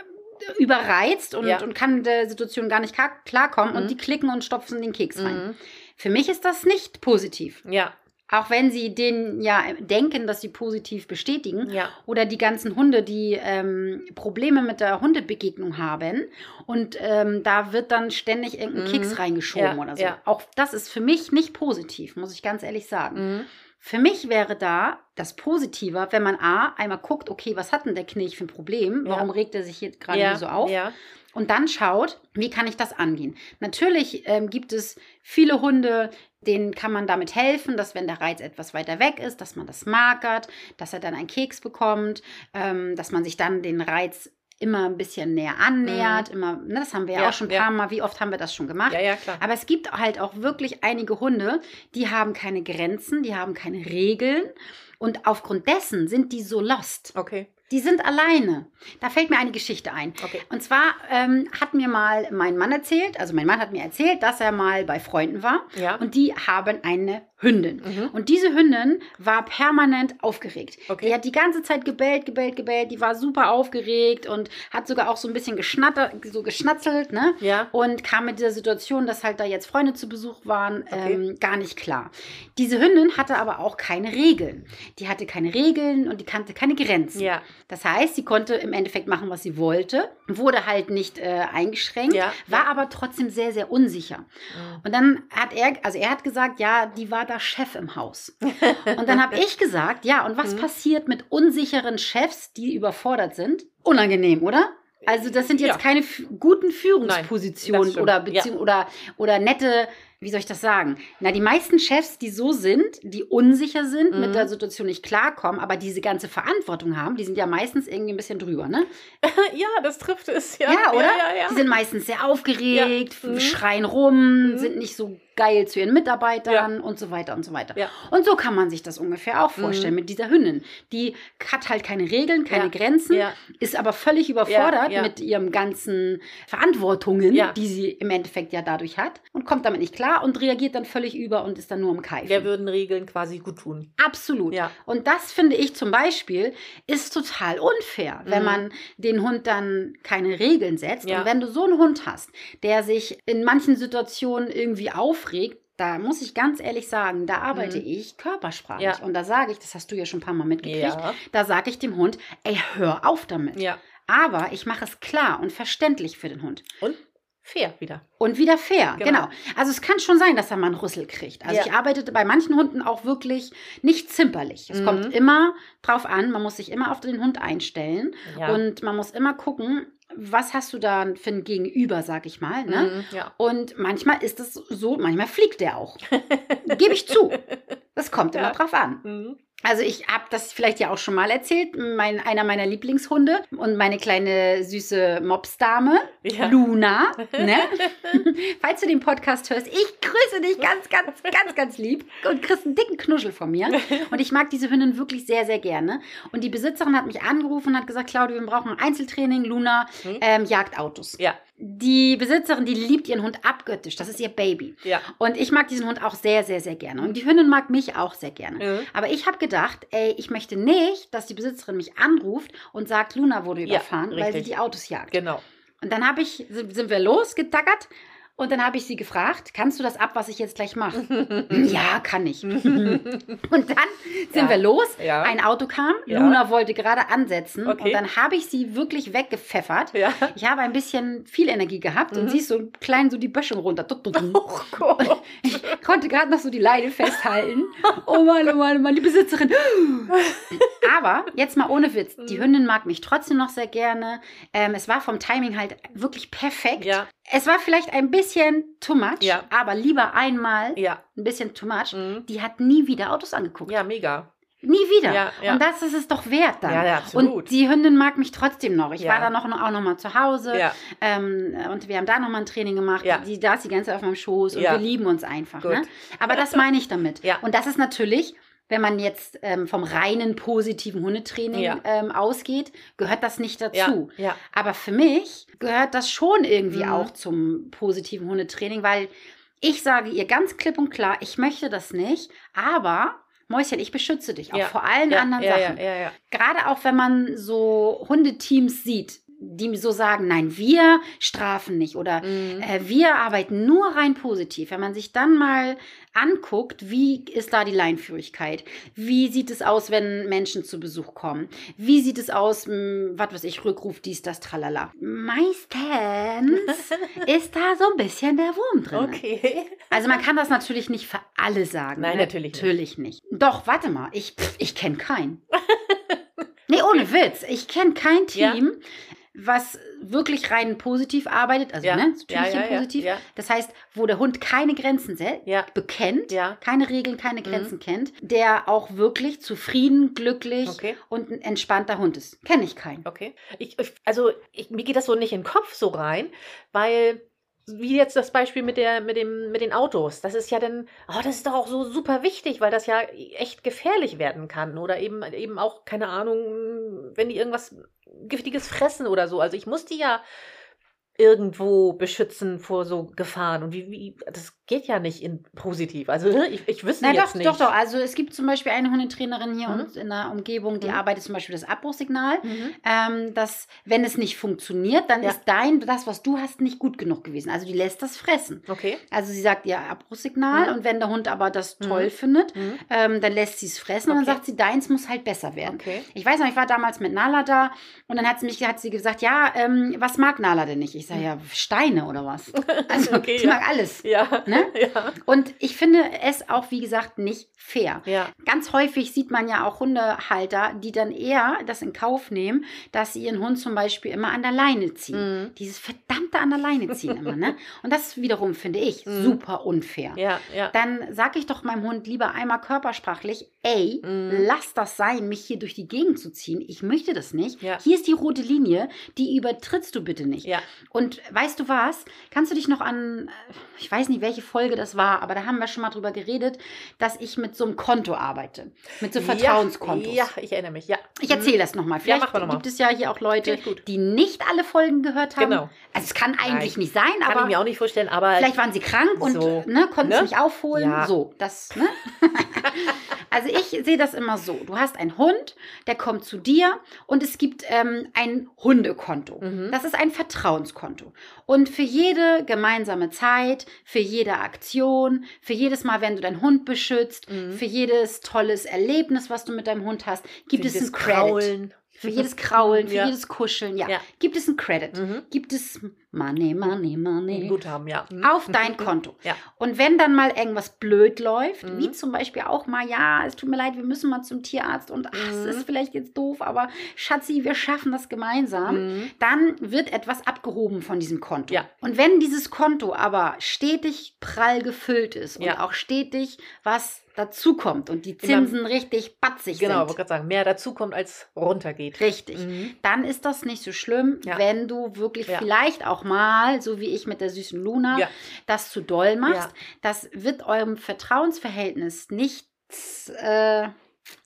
überreizt und,
Ja.
und kann mit der Situation gar nicht ka- klarkommen
Mhm.
und die klicken und stopfen den Keks rein.
Mhm.
Für mich ist das nicht positiv.
Ja,
Auch wenn sie den ja äh, denken, dass sie positiv bestätigen,
ja.
oder die ganzen Hunde, die ähm, Probleme mit der Hundebegegnung haben und ähm, da wird dann ständig irgendein
Mhm.
Keks reingeschoben
Ja,
oder so.
ja.
Auch das ist für mich nicht positiv, muss ich ganz ehrlich
Mhm.
sagen. Für mich wäre da das Positiver, wenn man A, einmal guckt, okay, was hat denn der Knilch für ein Problem?
Ja.
Warum regt er sich hier gerade
ja.
so auf?
Ja.
und dann schaut, wie kann ich das angehen. Natürlich ähm, gibt es viele Hunde, denen kann man damit helfen, dass wenn der Reiz etwas weiter weg ist, dass man das markert, dass er dann einen Keks bekommt, ähm, dass man sich dann den Reiz immer ein bisschen näher annähert. Immer, ne, das haben wir ja,
Mhm. Ja,
auch schon ein
ja.
paar Mal. Wie oft haben wir das schon gemacht?
ja, ja, klar.
Aber es gibt halt auch wirklich einige Hunde, die haben keine Grenzen, die haben keine Regeln. Und aufgrund dessen sind die so lost.
Okay,
Die sind alleine. Da fällt mir eine Geschichte ein.
okay.
Und zwar ähm, hat mir mal mein Mann erzählt, also mein Mann hat mir erzählt, dass er mal bei Freunden war
Ja.
und die haben eine Hündin.
mhm.
Und diese Hündin war permanent aufgeregt. Die
Okay.
hat die ganze Zeit gebellt, gebellt, gebellt. Die war super aufgeregt und hat sogar auch so ein bisschen geschnatter, so geschnatzelt, ne?
Ja.
Und kam mit dieser Situation, dass halt da jetzt Freunde zu Besuch waren,
Okay.
ähm, gar nicht klar. Diese Hündin hatte aber auch keine Regeln. Die hatte keine Regeln und die kannte keine Grenzen.
Ja.
Das heißt, sie konnte im Endeffekt machen, was sie wollte, wurde halt nicht äh, eingeschränkt,
Ja.
war aber trotzdem sehr, sehr unsicher.
Mhm.
Und dann hat er, also er hat gesagt, ja, die war da Chef im Haus. Und dann habe ich gesagt, ja, und was
Mhm.
passiert mit unsicheren Chefs, die überfordert sind? Unangenehm, oder? Also das sind jetzt
Ja.
keine f- guten
das
Führungspositionen
stimmt.
oder,
Ja.
Beziehung, oder, oder nette, wie soll ich das sagen? Na, die meisten Chefs, die so sind, die unsicher sind,
Mhm.
mit der Situation nicht klarkommen, aber diese ganze Verantwortung haben, die sind ja meistens irgendwie ein bisschen drüber, ne?
ja, das trifft es. Ja,
Ja, oder?
Ja, ja,
Die
ja.
sind meistens sehr aufgeregt,
Ja. Mhm.
schreien rum,
Mhm.
sind nicht so geil zu ihren Mitarbeitern und so weiter und so weiter.
Ja. Mhm.
Und so kann man sich das ungefähr auch vorstellen mit dieser Hündin. Die hat halt keine Regeln, keine
Ja.
Grenzen,
Ja.
ist aber völlig überfordert
Ja, ja.
mit ihrem ganzen Verantwortungen,
Ja.
die sie im Endeffekt ja dadurch hat und kommt damit nicht klar und reagiert dann völlig über und ist dann nur im Keifen.
Wir würden Regeln quasi gut tun.
Absolut.
Ja.
Und das finde ich zum Beispiel ist total unfair, wenn
Mhm.
man den Hund dann keine Regeln setzt.
Ja.
Und wenn du so einen Hund hast, der sich in manchen Situationen irgendwie aufregt, da muss ich ganz ehrlich sagen, da arbeite
Mhm.
ich körpersprachlich.
Ja.
Und da sage ich, das hast du ja schon ein paar Mal mitgekriegt,
Ja.
da sage ich dem Hund, ey, hör auf damit.
Ja.
Aber ich mache es klar und verständlich für den Hund.
Und fair wieder.
Und wieder fair,
Genau.
genau. Also es kann schon sein, dass er mal einen Rüssel kriegt. Also
Ja.
ich arbeite bei manchen Hunden auch wirklich nicht zimperlich. Es
Mhm.
kommt immer drauf an, man muss sich immer auf den Hund einstellen
Ja.
und man muss immer gucken, was hast du da für ein Gegenüber, sag ich mal. Ne?
Mhm. Ja.
Und manchmal ist es so, manchmal fliegt der auch. Gebe ich zu. Das kommt
Ja.
immer drauf an.
Mhm.
Also ich habe das vielleicht ja auch schon mal erzählt, mein, einer meiner Lieblingshunde und meine kleine süße Mopsdame.
Ja.
Luna, ne? Falls du den Podcast hörst, ich grüße dich ganz, ganz, ganz, ganz lieb und kriegst einen dicken Knuschel von mir. Und ich mag diese Hündin wirklich sehr, sehr gerne. Und die Besitzerin hat mich angerufen und hat gesagt, Claudia, wir brauchen ein Einzeltraining. Luna
Mhm.
ähm, jagt Autos.
Ja.
Die Besitzerin, die liebt ihren Hund abgöttisch. Das ist ihr Baby.
Ja.
Und ich mag diesen Hund auch sehr, sehr, sehr gerne. Und die Hündin mag mich auch sehr gerne.
Mhm.
Aber ich habe gedacht, ey, ich möchte nicht, dass die Besitzerin mich anruft und sagt, Luna wurde
Ja,
überfahren, weil sie
richtig.
die Autos jagt.
Genau.
Und dann habe ich, sind sind wir losgetackert Und dann habe ich sie gefragt, kannst du das ab, was ich jetzt gleich mache? ja, kann ich. und dann sind
Ja.
wir los.
Ja.
Ein Auto kam,
Ja.
Luna wollte gerade ansetzen
Okay.
und dann habe ich sie wirklich weggepfeffert.
Ja.
Ich habe ein bisschen viel Energie gehabt und
Mhm.
sie ist so klein so die Böschung runter. Tut, tut, tut.
Oh Gott.
Ich konnte gerade noch so die Leine festhalten. Oh Mann, oh Mann, oh Mann, die Besitzerin. Aber jetzt mal ohne Witz, die
Mhm.
Hündin mag mich trotzdem noch sehr gerne. Ähm, es war vom Timing halt wirklich perfekt.
Ja,
Es war vielleicht ein bisschen too much,
Ja.
aber lieber einmal
ja.
ein bisschen too much.
Mhm.
Die hat nie wieder Autos angeguckt.
Ja, mega.
Nie wieder.
Ja, ja.
Und das ist es doch wert dann.
Ja, ja,
Und
absolut.
die Hündin mag mich trotzdem noch. Ich
Ja.
war da noch, auch noch mal zu Hause.
ja,
Ähm, und wir haben da nochmal ein Training gemacht.
Ja.
Die, da ist die ganze Zeit auf meinem Schoß und
Ja.
wir lieben uns einfach.
Gut.
Ne? Aber das meine ich damit.
Ja.
Und das ist natürlich, wenn man jetzt ähm, vom reinen positiven Hundetraining
Ja.
ähm, ausgeht, gehört das nicht dazu.
ja, ja,
Aber für mich gehört das schon irgendwie
Mhm.
auch zum positiven Hundetraining, weil ich sage ihr ganz klipp und klar, ich möchte das nicht, aber Mäuschen, ich beschütze dich auch
Ja.
vor allen
ja,
anderen
ja,
Sachen
Ja, ja, ja.
gerade auch wenn man so Hundeteams sieht, die so sagen, nein, wir strafen nicht oder
Mhm.
äh, wir arbeiten nur rein positiv. Wenn man sich dann mal anguckt, wie ist da die Leinführigkeit? Wie sieht es aus, wenn Menschen zu Besuch kommen? Wie sieht es aus, mh, was weiß ich, Rückruf, dies, das, tralala. Meistens ist da so ein bisschen der Wurm drin.
Okay.
Also man kann das natürlich nicht für alle sagen.
Nein,
ne?
natürlich nicht.
Natürlich nicht. Doch, warte mal, ich, pff, ich kenne keinen. nee, ohne Witz. Ich kenne kein
Ja.
Team, was wirklich rein positiv arbeitet, also
Ja.
ne,
Ja,
Tüchchen
ja, ja,
positiv.
ja.
Das heißt, wo der Hund keine Grenzen sel-
Ja.
bekennt,
Ja.
keine Regeln,
Mhm.
keine Grenzen kennt, der auch wirklich zufrieden, glücklich
Okay.
und ein entspannter Hund ist. Kenne ich keinen.
Okay. Ich, ich, also ich, mir geht das so nicht in den Kopf so rein, weil wie jetzt das Beispiel mit, der, mit, dem, mit den Autos. Das ist ja dann, oh, das ist doch auch so super wichtig, weil das ja echt gefährlich werden kann. Oder eben, eben auch, keine Ahnung, wenn die irgendwas Giftiges fressen oder so. Also ich muss die ja irgendwo beschützen vor so Gefahren. Und wie, wie das geht ja nicht in positiv. Also ich, ich wüsste
Na
jetzt
doch,
nicht.
doch, doch. Also es gibt zum Beispiel eine Hundetrainerin hier
Mhm.
uns in der Umgebung, die
Mhm.
arbeitet zum Beispiel das Abbruchsignal.
Mhm.
ähm, dass wenn es nicht funktioniert, dann
Ja.
ist dein, das, was du hast, nicht gut genug gewesen. Also die lässt das fressen.
Okay.
Also sie sagt ihr Abbruchssignal
Mhm.
und wenn der Hund aber das
Mhm.
toll findet,
Mhm.
ähm, dann lässt sie es fressen und dann
Okay.
sagt sie, deins muss halt besser werden.
Okay.
Ich weiß noch, ich war damals mit Nala da und dann hat sie mich, hat sie gesagt, ja, ähm, was mag Nala denn nicht? Ich sage, ja, Steine oder was? Also
Okay,
sie
ja.
mag alles.
Ja.
Ne?
Ja.
Und ich finde es auch, wie gesagt, nicht fair.
Ja.
Ganz häufig sieht man ja auch Hundehalter, die dann eher das in Kauf nehmen, dass sie ihren Hund zum Beispiel immer an der Leine ziehen.
Mhm.
Dieses verdammte an der Leine ziehen immer, ne? Und das wiederum finde ich
Mhm.
super unfair.
Ja. Ja.
Dann sage ich doch meinem Hund lieber einmal körpersprachlich, ey,
Mhm.
lass das sein, mich hier durch die Gegend zu ziehen. Ich möchte das nicht.
Ja.
Hier ist die rote Linie, die übertrittst du bitte nicht.
Ja.
Und weißt du was? Kannst du dich noch an, äh, ich weiß nicht, welche Folge das war, aber da haben wir schon mal drüber geredet, dass ich mit so einem Konto arbeite. Mit so Vertrauenskontos.
Ja, ja, ich erinnere mich, ja. Mhm.
Ich erzähle das nochmal. Vielleicht
machen wir noch mal.
gibt es ja hier auch Leute,
Finde ich gut.
die nicht alle Folgen gehört haben.
Genau.
Also es kann eigentlich
Nein.
nicht sein,
Kann ich
aber
mir auch nicht vorstellen, aber
vielleicht waren sie krank und
Äh, So.
ne, konnten es
Ne?
nicht aufholen.
Ja.
So, das, ne? Also ich sehe das immer so. Du hast einen Hund, der kommt zu dir und es gibt ähm, ein Hundekonto.
Mhm.
Das ist ein Vertrauenskonto. Und für jede gemeinsame Zeit, für jede Aktion, für jedes Mal, wenn du deinen Hund beschützt,
Mhm.
für jedes tolles Erlebnis, was du mit deinem Hund hast, gibt es
dieses
ein Credit.
Kraulen.
Für jedes Kraulen, für
Ja.
jedes Kuscheln, ja.
Ja.
Gibt es ein Credit.
Mhm.
Gibt es Money, Money, Money.
Gut haben, ja. Mhm.
Auf dein Konto.
Ja.
Und wenn dann mal irgendwas blöd läuft,
Mhm.
wie zum Beispiel auch mal, ja, es tut mir leid, wir müssen mal zum Tierarzt und ach,
Mhm.
es ist vielleicht jetzt doof, aber Schatzi, wir schaffen das gemeinsam.
Mhm.
Dann wird etwas abgehoben von diesem Konto.
Ja.
Und wenn dieses Konto aber stetig prall gefüllt ist und
Ja.
auch stetig was dazukommt und die Zinsen richtig batzig
Genau, wollte
sind,
gerade sagen, mehr dazu kommt als runtergeht.
richtig,
Mhm.
dann ist das nicht so schlimm,
Ja.
wenn du wirklich
Ja.
vielleicht auch mal, so wie ich mit der süßen Luna,
Ja.
das zu doll machst.
Ja.
Das wird eurem Vertrauensverhältnis nichts äh,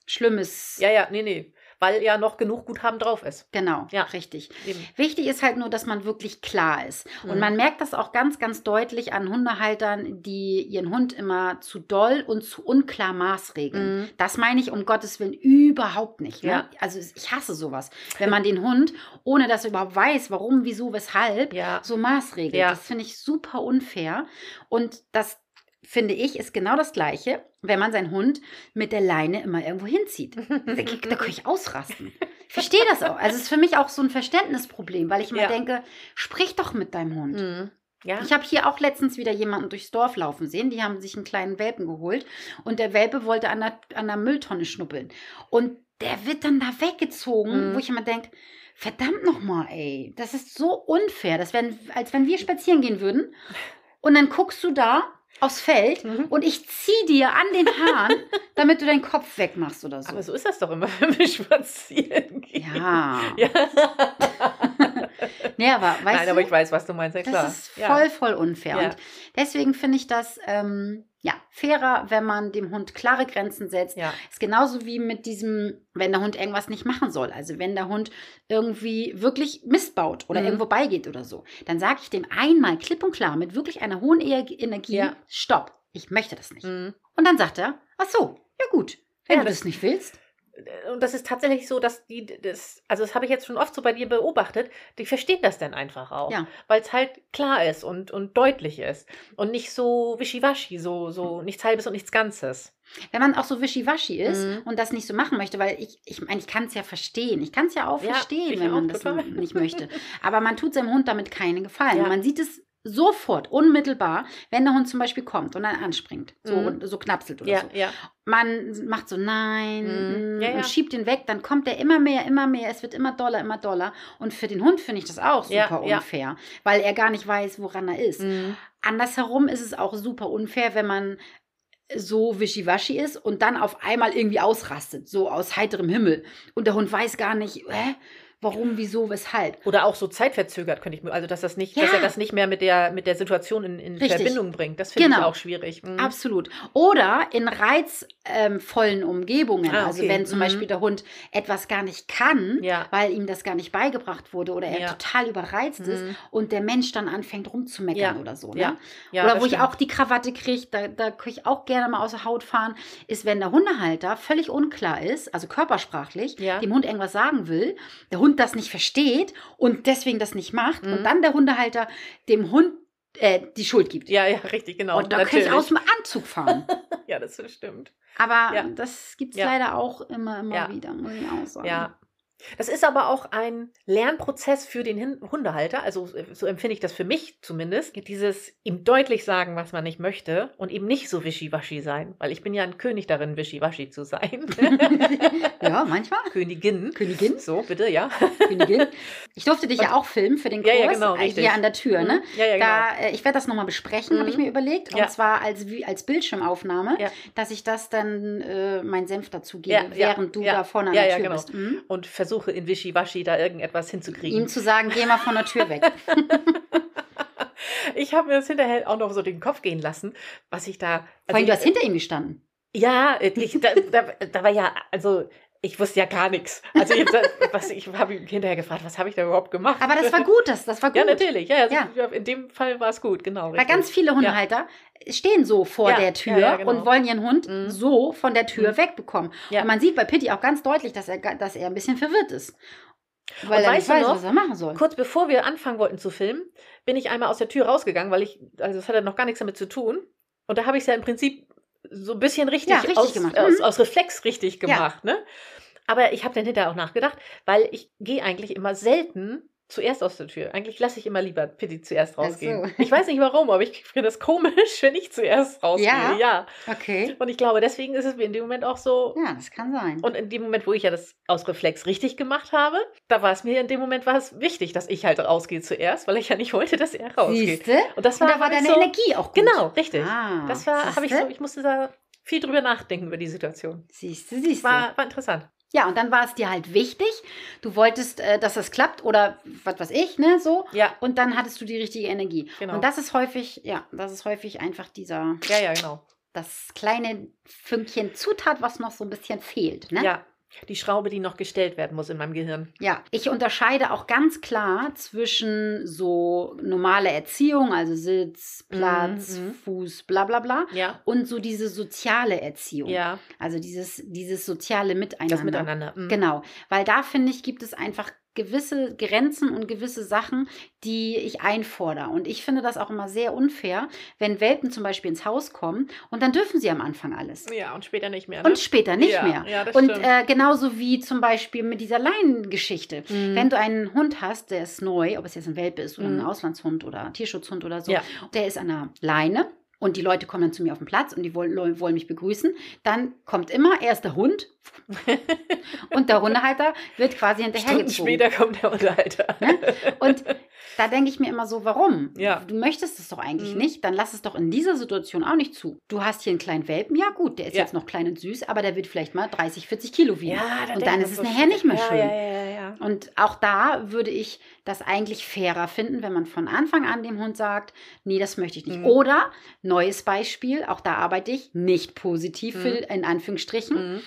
Schlimmes.
Ja, ja, nee, nee. weil ja noch genug Guthaben drauf ist.
Genau,
Ja.
richtig.
Eben.
Wichtig ist halt nur, dass man wirklich klar ist. Und
Mhm.
man merkt das auch ganz, ganz deutlich an Hundehaltern, die ihren Hund immer zu doll und zu unklar maßregeln. Das meine ich um Gottes Willen überhaupt nicht. Ne?
Ja.
Also ich hasse sowas, wenn man den Hund, ohne dass er überhaupt weiß, warum, wieso, weshalb,
Ja.
so maßregelt.
Ja.
Das finde ich super unfair. Und das finde ich ist genau das Gleiche, wenn man seinen Hund mit der Leine immer irgendwo hinzieht. Da, da kann ich ausrasten. Ich verstehe das auch. Also es ist für mich auch so ein Verständnisproblem, weil ich immer
Ja.
denke, sprich doch mit deinem Hund.
Mhm. Ja.
Ich habe hier auch letztens wieder jemanden durchs Dorf laufen sehen. Die haben sich einen kleinen Welpen geholt und der Welpe wollte an der, an der Mülltonne schnuppeln. Und der wird dann da weggezogen,
Mhm.
wo ich immer denke, verdammt nochmal, ey, das ist so unfair. Das wären, als wenn wir spazieren gehen würden und dann guckst du da aufs Feld
Mhm.
und ich Oh. zieh dir an den Haaren, damit du deinen Kopf wegmachst oder so.
Aber so ist das doch immer, wenn wir spazieren gehen.
Ja.
Ja.
Nee, aber weißt
Nein,
du,
aber ich weiß, was du meinst, ja
Das
klar.
ist voll,
ja.
voll unfair.
Ja.
Und deswegen finde ich das ähm, ja, fairer, wenn man dem Hund klare Grenzen setzt.
Ja.
Ist genauso wie mit diesem, wenn der Hund irgendwas nicht machen soll. Also wenn der Hund irgendwie wirklich Mist baut oder
Mhm.
irgendwo beigeht oder so, dann sage ich dem einmal klipp und klar mit wirklich einer hohen E- Energie,
Ja.
stopp, ich möchte das nicht.
Mhm.
Und dann sagt er, ach so, ja gut, wenn
Ja,
du
das-
das nicht willst.
äh, Und das ist tatsächlich so, dass die, das, also das habe ich jetzt schon oft so bei dir beobachtet, die verstehen das dann einfach auch.
Ja.
Weil es halt klar ist und, und deutlich ist. Und nicht so wischiwaschi, so, so
Hm.
nichts halbes und nichts Ganzes.
Wenn man auch so wischiwaschi ist
Mhm.
und das nicht so machen möchte, weil ich, ich meine, ich kann es ja verstehen. Ich kann es ja auch
Ja,
verstehen,
ich
wenn man
auch,
das
total.
nicht möchte. Aber man tut seinem Hund damit keinen Gefallen.
Ja.
Und Man sieht es sofort, unmittelbar, wenn der Hund zum Beispiel kommt und dann anspringt, so,
Mhm.
und so knapselt oder so.
ja.
Man macht so nein
Mhm.
mm,
Ja, ja.
und schiebt ihn weg, dann kommt er immer mehr, immer mehr, es wird immer doller, immer doller. Und für den Hund finde ich das auch
Ja,
super
ja.
unfair, weil er gar nicht weiß, woran er ist.
Mhm.
Andersherum ist es auch super unfair, wenn man so wischiwaschi ist und dann auf einmal irgendwie ausrastet, so aus heiterem Himmel. Und der Hund weiß gar nicht, hä, warum, wieso, weshalb.
Oder auch so zeitverzögert, könnte ich mir, also dass das nicht,
Ja.
dass er das nicht mehr mit der, mit der Situation in, in
Richtig.
Verbindung bringt. Das finde ich
Genau.
auch schwierig. Mhm.
Absolut. Oder in reizvollen Umgebungen.
Ah,
Also
okay.
wenn zum
Mhm.
Beispiel der Hund etwas gar nicht kann,
Ja.
weil ihm das gar nicht beigebracht wurde oder er
Ja.
total überreizt ist
Mhm.
und der Mensch dann anfängt rumzumeckern
Ja.
oder so. Ne?
Ja. Ja,
Oder
das
wo ich
stimmt.
auch die Krawatte kriege, da, da kann ich auch gerne mal aus der Haut fahren, ist, wenn der Hundehalter völlig unklar ist, also körpersprachlich,
Ja.
dem Hund irgendwas sagen will, der Hund das nicht versteht und deswegen das nicht macht
Mhm.
und dann der Hundehalter dem Hund äh, die Schuld gibt.
Ja, ja, richtig, genau.
und Oh, da kann ich
natürlich.
aus dem Anzug fahren.
Ja, das stimmt.
Aber
Ja.
das gibt es
Ja.
leider auch immer, immer
Ja.
wieder, muss ich auch sagen.
Ja. Das ist aber auch ein Lernprozess für den Hin- Hundehalter. Also so empfinde ich das für mich zumindest. Dieses ihm deutlich sagen, was man nicht möchte und eben nicht so wischiwaschi sein. Weil ich bin ja ein König darin, wischiwaschi zu sein.
ja, manchmal.
Königin.
Königin,
So, bitte, ja.
Königin. Ich durfte dich ja auch filmen für den
Ja,
Kurs
ja, genau,
äh,
richtig.
hier an der Tür, ne?
Ja, ja, genau.
Da, äh, ich werde das nochmal besprechen,
Mhm.
habe ich mir überlegt. Und
Ja.
zwar als, wie- als Bildschirmaufnahme,
Ja.
dass ich das dann äh, mein Senf dazu gebe,
Ja, ja,
während du
ja.
da vorne an
Ja,
der
ja,
Tür
genau.
bist. Mhm.
und versuche in Wischiwaschi da irgendetwas
Ihm
hinzukriegen.
zu sagen, geh mal von der Tür weg.
Ich habe mir das hinterher auch noch so den Kopf gehen lassen, was ich da. also
Vor allem, du hast
ich-
hinter ihm gestanden.
Ja, ich, da, da, da war ja, also ich wusste ja gar nichts. Also ich, was, ich habe hinterher gefragt, was habe ich da überhaupt gemacht?
Aber das war gut, das, das war gut.
Ja, natürlich. Ja, also
Ja.
ja. In dem Fall war es gut, genau.
Weil ganz viele Hundehalter stehen so vor
Ja,
der Tür
ja, ja, genau.
und wollen ihren Hund
Mhm.
so von der Tür
Mhm.
wegbekommen.
Ja.
Und man sieht bei Pitti auch ganz deutlich, dass er, ga- dass er ein bisschen verwirrt ist. Weil
Und
er nicht
weißt du
weiß,
noch,
was er machen soll.
Kurz bevor wir anfangen wollten zu filmen, bin ich einmal aus der Tür rausgegangen, weil ich, also das hatte noch gar nichts damit zu tun. Und da habe ich es ja im Prinzip so ein bisschen richtig,
Ja, richtig
aus,
gemacht.
Aus,
Mhm.
aus Reflex richtig
Ja.
gemacht. Ne? Aber ich habe dann hinterher auch nachgedacht, weil ich gehe eigentlich immer selten zuerst aus der Tür. Eigentlich lasse ich immer lieber Pitti zuerst
Ach
rausgehen.
so.
Ich weiß nicht warum, aber ich finde das komisch, wenn ich zuerst rausgehe.
Ja.
ja.
Okay.
Und ich glaube, deswegen ist es mir in dem Moment auch so
Ja, das kann sein.
und in dem Moment, wo ich ja das aus Reflex richtig gemacht habe, da war es mir in dem Moment war es wichtig, dass ich halt rausgehe zuerst, weil ich ja nicht wollte, dass er rausgeht.
Siehst du?
Und das
Und
oh, war,
da war
hab ich
deine
so,
Energie auch gut.
Genau, richtig.
Ah,
das war, habe ich
siehste?
so, ich musste da viel drüber nachdenken über die Situation.
Siehste, siehste.
War, war interessant.
ja, und dann war es dir halt wichtig. Du wolltest, äh, dass das klappt oder was weiß ich, ne, so.
Ja,
Und dann hattest du die richtige Energie.
Genau.
Und das ist häufig, ja, das ist häufig einfach dieser,
ja, ja, genau.
das kleine Fünkchen Zutat, was noch so ein bisschen fehlt, ne?
Ja. Die Schraube, die noch gestellt werden muss in meinem Gehirn.
Ja, ich unterscheide auch ganz klar zwischen so normale Erziehung, also Sitz, Platz,
Mhm.
Fuß, bla bla bla,
Ja.
und so diese soziale Erziehung.
Ja,
Also dieses, dieses soziale Miteinander.
das miteinander. Mhm.
Genau, weil da finde ich, gibt es einfach gewisse Grenzen und gewisse Sachen, die ich einfordere. Und ich finde das auch immer sehr unfair, wenn Welpen zum Beispiel ins Haus kommen und dann dürfen sie am Anfang alles.
Ja, und später nicht mehr. Ne?
Genau. Und später nicht
ja,
mehr.
Ja, das
Und
stimmt.
äh, genauso wie zum Beispiel mit dieser Leinengeschichte.
Mhm.
Wenn du einen Hund hast, der ist neu, ob es jetzt ein Welpe ist oder ein
Mhm.
Auslandshund oder Tierschutzhund oder so,
Ja.
der ist an einer Leine und die Leute kommen dann zu mir auf den Platz und die wollen, wollen mich begrüßen, dann kommt immer erst der Hund und der Hundehalter wird quasi
Stunden
hinterhergezogen.
später kommt der Unterhalter.
Ne? Und da denke ich mir immer so, warum?
Ja.
Du möchtest es doch eigentlich
Mhm.
nicht, dann lass es doch in dieser Situation auch nicht zu. Du hast hier einen kleinen Welpen, ja gut, der ist
Ja.
jetzt noch klein und süß, aber der wird vielleicht mal 30, 40 Kilo wiegen.
Ja,
Und
denkt
dann
man
ist es
so,
nachher nicht mehr
ja,
schön.
Ja, ja, ja, ja.
Und auch da würde ich das eigentlich fairer finden, wenn man von Anfang an dem Hund sagt, nee, das möchte ich nicht.
Mhm.
Oder neues Beispiel, auch da arbeite ich nicht positiv
Mhm.
für, in Anführungsstrichen.
Mhm.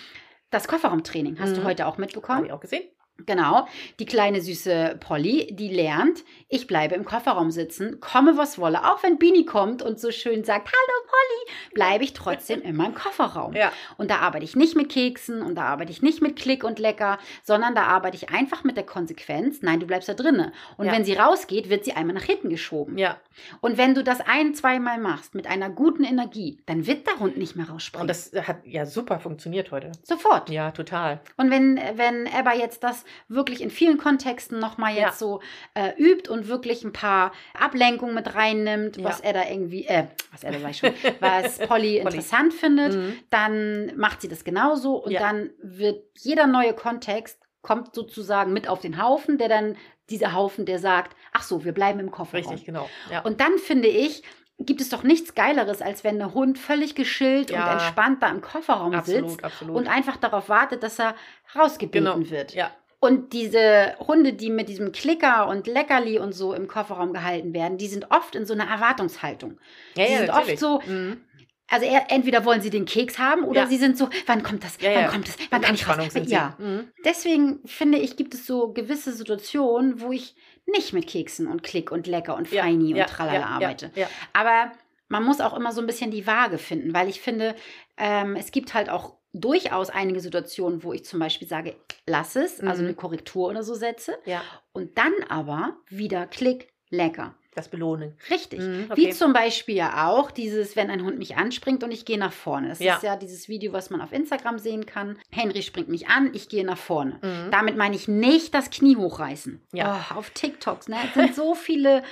Das Kofferraumtraining hast du
Mhm.
heute auch
Habe
mitbekommen.
ich auch gesehen.
Genau. Die kleine süße Polly, die lernt, ich bleibe im Kofferraum sitzen, komme was wolle, auch wenn Bini kommt und so schön sagt, hallo Polly, bleibe ich trotzdem in meinem Kofferraum.
Ja.
Und da arbeite ich nicht mit Keksen und da arbeite ich nicht mit Klick und Lecker, sondern da arbeite ich einfach mit der Konsequenz, nein, du bleibst da drinne. Und
Ja.
wenn sie rausgeht, wird sie einmal nach hinten geschoben.
Ja.
Und wenn du das ein, zweimal machst mit einer guten Energie, dann wird der Hund nicht mehr
Und
rausspringen.
das hat ja super funktioniert heute.
Sofort.
Ja, total.
Und wenn, wenn Ebba jetzt das wirklich in vielen Kontexten nochmal jetzt
Ja.
so äh, übt und wirklich ein paar Ablenkungen mit reinnimmt,
Ja.
was er da irgendwie, äh, was er da sag ich schon, was Polly interessant findet,
Mhm.
dann macht sie das genauso und
Ja.
dann wird jeder neue Kontext kommt sozusagen mit auf den Haufen, der dann dieser Haufen, der sagt, ach so, wir bleiben im Kofferraum.
Richtig, genau. Ja.
Und dann finde ich, gibt es doch nichts Geileres, als wenn der Hund völlig geschillt und
Ja.
entspannt da im Kofferraum sitzt
absolut, absolut.
und einfach darauf wartet, dass er rausgebeten
Genau.
wird.
ja.
Und diese Hunde, die mit diesem Klicker und Leckerli und so im Kofferraum gehalten werden, die sind oft in so einer Erwartungshaltung.
ja,
die
ja,
sind
natürlich.
oft
Mhm.
Also er, entweder wollen sie den Keks haben oder
Ja.
sie sind so, wann kommt das,
Ja,
wann
ja.
kommt das, wann
In
kann ich
Anspannung
raus?
sind sie.
Ja.
Mhm.
Deswegen finde ich, gibt es so gewisse Situationen, wo ich nicht mit Keksen und Klick und Lecker und
Ja,
Feini
ja,
und Tralala
ja,
arbeite.
Ja, ja.
Aber man muss auch immer so ein bisschen die Waage finden, weil ich finde, ähm, es gibt halt auch durchaus einige Situationen, wo ich zum Beispiel sage, lass es, also
Mhm.
eine Korrektur oder so setze.
Ja.
Und dann aber wieder klick, lecker.
Das Belohnen.
Richtig.
Mhm,
Wie zum Beispiel ja auch dieses, wenn ein Hund mich anspringt und ich gehe nach vorne. Das
Ja.
ist ja dieses Video, was man auf Instagram sehen kann. Henry springt mich an, ich gehe nach vorne.
Mhm.
Damit meine ich nicht das Knie hochreißen.
Ja.
Oh, auf TikToks, ne? Es sind so viele.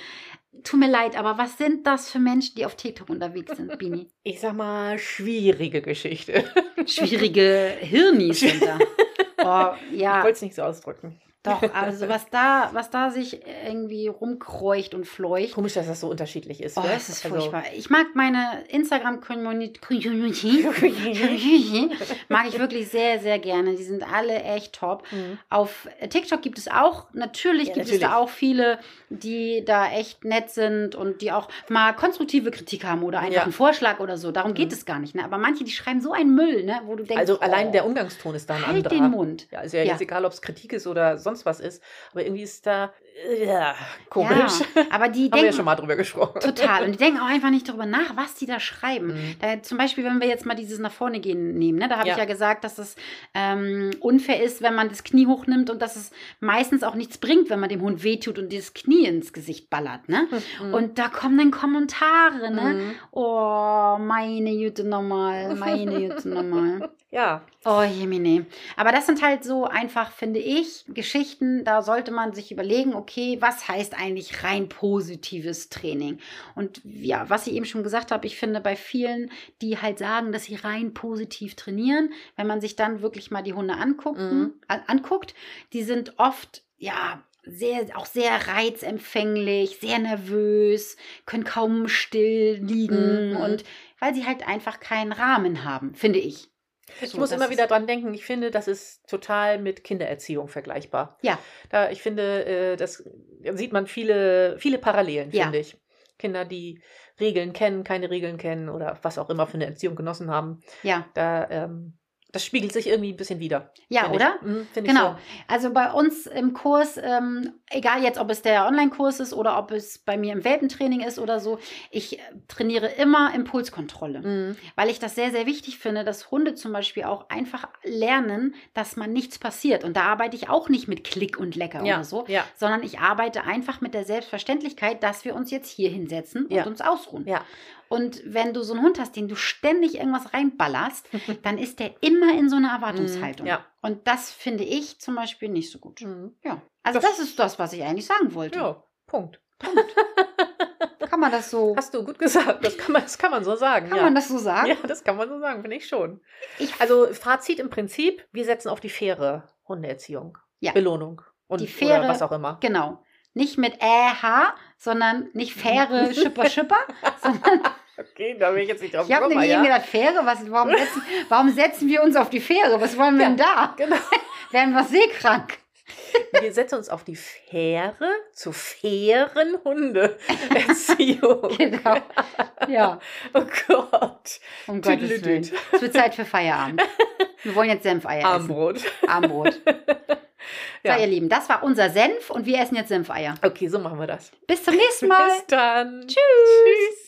Tut mir leid, aber was sind das für Menschen, die auf TikTok unterwegs sind, Bini?
Ich sag mal, schwierige Geschichte.
Schwierige Hirnis sind da. Oh,
Ich
ja,
wollte es nicht so ausdrücken.
doch, also was da, was da sich irgendwie rumkreucht und fleucht.
Komisch, dass das so unterschiedlich ist.
Oh,
gell?
es ist
Also-
furchtbar. Ich mag meine Instagram-Community. mag ich wirklich sehr, sehr gerne. Die sind alle echt top.
Mhm.
Auf TikTok gibt es auch, natürlich
Ja,
gibt es
natürlich.
da auch viele, die da echt nett sind und die auch mal konstruktive Kritik haben oder einfach
Ja.
einen Vorschlag oder so. Darum geht
Mhm.
es gar nicht. Ne? Aber manche, die schreiben so einen Müll, ne? wo du denkst,
Also allein
oh,
der Umgangston ist da ein
halt
anderer.
den Mund.
Ja, ist ja,
Ja.
jetzt egal, ob es Kritik ist oder sonst was ist, aber irgendwie ist da ja, komisch.
Ja, aber die
Haben wir ja
denken
schon mal drüber gesprochen.
total und die denken auch einfach nicht darüber nach, was die da schreiben.
Mhm.
Da, Äh, zum Beispiel, wenn wir jetzt mal dieses nach vorne gehen nehmen, ne? da habe ich
Ja.
ja gesagt, dass es ähm, unfair ist, wenn man das Knie hochnimmt und dass es meistens auch nichts bringt, wenn man dem Hund wehtut und dieses Knie ins Gesicht ballert. Ne?
Mhm.
Und da kommen dann Kommentare, ne?
Mhm.
Oh, meine Jüte nochmal, meine Jüte nochmal.
Ja,
Oh, Jemine. Aber das sind halt so einfach, finde ich, Geschichten, da sollte man sich überlegen, okay, was heißt eigentlich rein positives Training? Und ja, was ich eben schon gesagt habe, ich finde bei vielen, die halt sagen, dass sie rein positiv trainieren, wenn man sich dann wirklich mal die Hunde angucken,
Mhm.
an, anguckt, die sind oft, ja, sehr, auch sehr reizempfänglich, sehr nervös, können kaum still liegen
Mhm.
und weil sie halt einfach keinen Rahmen haben, finde ich.
ich
So,
muss
das
immer
ist-
wieder dran denken, ich finde, das ist total mit Kindererziehung vergleichbar.
Ja.
Da, ich finde, äh, das da sieht man viele, viele Parallelen,
Ja.
finde ich. Kinder, die Regeln kennen, keine Regeln kennen oder was auch immer für eine Erziehung genossen haben.
Ja,
Da, ähm, Das spiegelt sich irgendwie ein bisschen wieder.
Ja,
find
oder?
Ich. Mhm, find
Genau.
Ich
Also bei uns im Kurs, ähm, egal jetzt, ob es der Online-Kurs ist oder ob es bei mir im Welpentraining ist oder so, ich äh, trainiere immer Impulskontrolle,
so. Mhm.
weil ich das sehr, sehr wichtig finde, dass Hunde zum Beispiel auch einfach lernen, dass man nichts passiert. Und da arbeite ich auch nicht mit Klick und Lecker
Ja,
oder so,
ja,
sondern ich arbeite einfach mit der Selbstverständlichkeit, dass wir uns jetzt hier hinsetzen und
Ja.
uns ausruhen.
ja.
Und wenn du so einen Hund hast, den du ständig irgendwas reinballerst, dann ist der immer in so einer Erwartungshaltung.
Mhm, ja.
Und das finde ich zum Beispiel nicht so gut.
Mhm.
Ja. Also das,
Das-
ist das, was ich eigentlich sagen wollte.
Ja, Punkt.
Kann man das so,
Hast du gut gesagt. Das kann man, das kann man so sagen.
kann
ja.
man das so sagen?
Ja, das kann man so sagen, finde ich schon.
Ich-
also Fazit im Prinzip, wir setzen auf die faire Hundeerziehung.
Ja.
Belohnung. Und
Die faire-
oder was auch immer.
Genau. Nicht mit äh, ha, sondern nicht faire Schipper Schipper, sondern
Okay, da will ich jetzt nicht drauf
ich habe
gekommen,
nämlich
ja.
eben gedacht, Fähre, was, warum, setzen, warum setzen wir uns auf die Fähre? Was wollen wir denn da?
Genau.
Werden wir seekrank?
Wir setzen uns auf die faire, zu fairen Hundeerziehung.
Genau. Ja.
Oh Gott.
Um Gottes Willen.
Tüdelüdüt.
Es wird Zeit für Feierabend. Wir wollen jetzt Senfeier essen.
Armbrot.
Armbrot.
Ja.
So, ihr Lieben, das war unser Senf und wir essen jetzt Senfeier.
Okay, so machen wir das.
Bis zum nächsten Mal.
Bis dann.
Tschüss.